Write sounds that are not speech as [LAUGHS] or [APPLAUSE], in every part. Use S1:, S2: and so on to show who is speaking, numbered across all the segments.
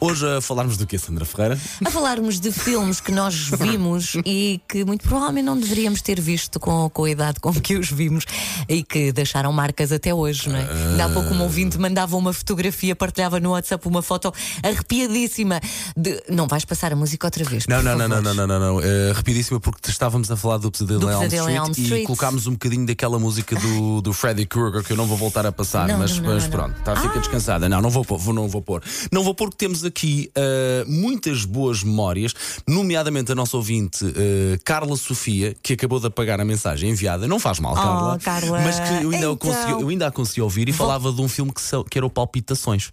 S1: Hoje a falarmos do que, Sandra Ferreira?
S2: A falarmos de filmes que nós vimos e que muito provavelmente não deveríamos ter visto com, com a idade com que os vimos e que deixaram marcas até hoje, não é? Ainda há pouco um ouvinte mandava uma fotografia, partilhava no WhatsApp uma foto arrepiadíssima de. Não vais passar a música outra vez.
S1: Não,
S2: por
S1: não, não,
S2: favor.
S1: não, não, não, não, não. Eh, rapidíssima, porque estávamos a falar do Pesadelo,
S2: Do
S1: em Elm
S2: Pesadelo em
S1: Street,
S2: Elm
S1: e
S2: Street.
S1: colocámos um bocadinho daquela música do, do Freddy Krueger que eu não vou voltar a passar,
S2: Não,
S1: mas,
S2: não, não,
S1: mas
S2: não, não.
S1: pronto, tá, fica
S2: Ah.
S1: descansada. Não, não vou pôr, vou- não vou pôr. Não vou pôr porque temos aqui eh, muitas boas memórias, nomeadamente a nossa ouvinte eh, Carla Sofia, que acabou de apagar a mensagem enviada. Não faz mal, Carla,
S2: Oh, Carla,
S1: Mas que eu ainda,
S2: então.
S1: a consegui, eu ainda a consegui ouvir e falava de um filme que, se- que era o Palpitações.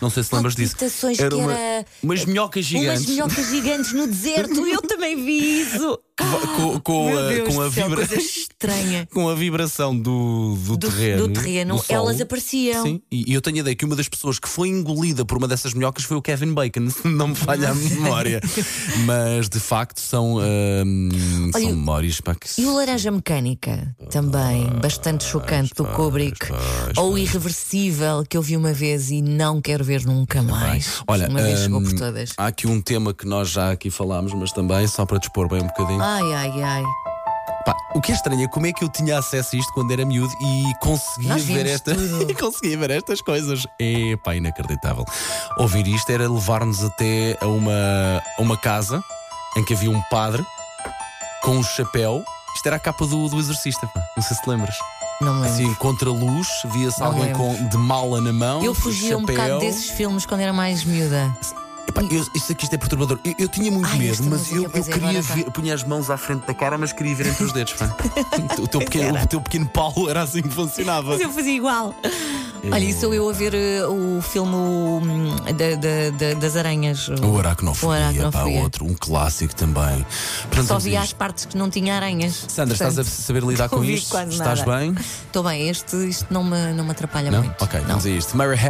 S1: Não sei se lembras disso.
S2: Palpitações, que
S1: uma-
S2: era-
S1: umas minhocas gigantes.
S2: Umas minhocas gigantes no deserto, eu também vi isso.
S1: com, com
S2: Meu
S1: a,
S2: Deus
S1: com a
S2: do céu,
S1: vibra-
S2: coisa estranha.
S1: com a vibração do, do,
S2: Do-
S1: terreno.
S2: do terreno,
S1: do solo.
S2: elas apareciam.
S1: Sim, e, e eu tenho a ideia que uma das pessoas que foi engolida por uma dessas minhocas foi o Kevin Bacon, [LAUGHS] se não me falha a memória. Mas de facto são, hum,
S2: Olha,
S1: são memórias pá, que.
S2: E o Laranja Mecânica, também, bastante
S1: Ah,
S2: chocante, do Kubrick. Ou o Irreversível, que eu vi uma vez e não quero ver nunca mais.
S1: Olha,
S2: uma vez chegou por
S1: hum,
S2: todas.
S1: Há aqui um tema que nós já aqui falámos, mas também só para dispor bem um bocadinho.
S2: Ai, ai, ai.
S1: Pá, o que é estranho é como é que eu tinha acesso a isto quando era miúdo e conseguia
S2: Nós vimos
S1: ver esta, [LAUGHS]
S2: tudo.
S1: conseguia ver estas coisas. É pá, inacreditável. Ouvir isto era levar-nos até a uma, a uma casa em que havia um padre com um chapéu. Isto era a capa do, do exorcista, pá. não sei se te lembras.
S2: Não me lembro.
S1: Assim, contra a luz, via-se
S2: Não
S1: alguém
S2: lembro.
S1: com, de mala na mão.
S2: eu fugia um
S1: chapéu.
S2: bocado desses filmes quando era mais miúda.
S1: Epá, eu, isso aqui isto é perturbador. Eu, eu tinha muito
S2: Ai,
S1: medo,
S2: esta
S1: mas
S2: música,
S1: eu, eu
S2: pois é,
S1: queria
S2: agora tá.
S1: ver. Punha as mãos à frente da cara, mas queria ver entre os dedos.
S2: [LAUGHS]
S1: pá. o, teu pequeno, o teu pequeno Paulo era assim que funcionava.
S2: Mas eu fazia igual. Olha, e sou eu a ver eh, o filme hum, da- da- da- das aranhas.
S1: O Aracnofobia,
S2: O
S1: pá,
S2: Aracnofobia.
S1: outro, um clássico também. Portanto,
S2: Só
S1: vamos
S2: via
S1: a
S2: as
S1: isto.
S2: partes que não tinha aranhas.
S1: Sandra, estás a
S2: Portanto,
S1: saber lidar com
S2: não vi
S1: isto?
S2: quase
S1: Estás
S2: nada.
S1: bem?
S2: Estou bem, este, isto não me, não me atrapalha
S1: Não?
S2: muito.
S1: Ok,
S2: Não.
S1: vamos a isto. Mary